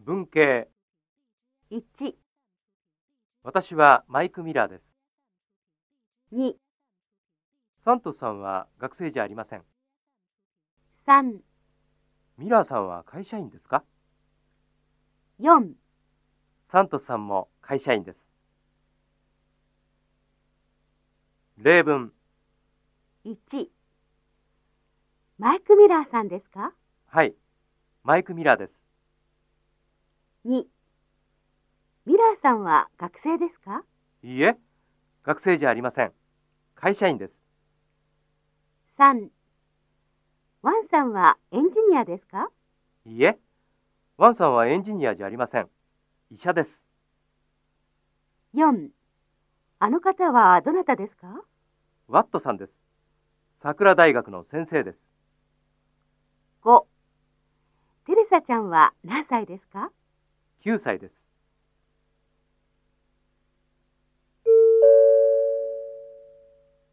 文系。 1、私はマイク・ミラーです。 2、サントスさんは学生じゃありません。 3、ミラーさんは会社員ですか4。サントスさんも会社員です。例文。 1マイク・ミラーさんですかはい。マイク・ミラーです。 ?2 ミラーさんは学生ですかいいえ、学生じゃありません。会社員です。 ?3 ワンさんはエンジニアですかいいえ、ワンさんはエンジニアじゃありません。医者です。 ?4 あの方はどなたですかワットさんです。桜大学の先生です。 ?5 テレサちゃんは何歳ですか9歳です。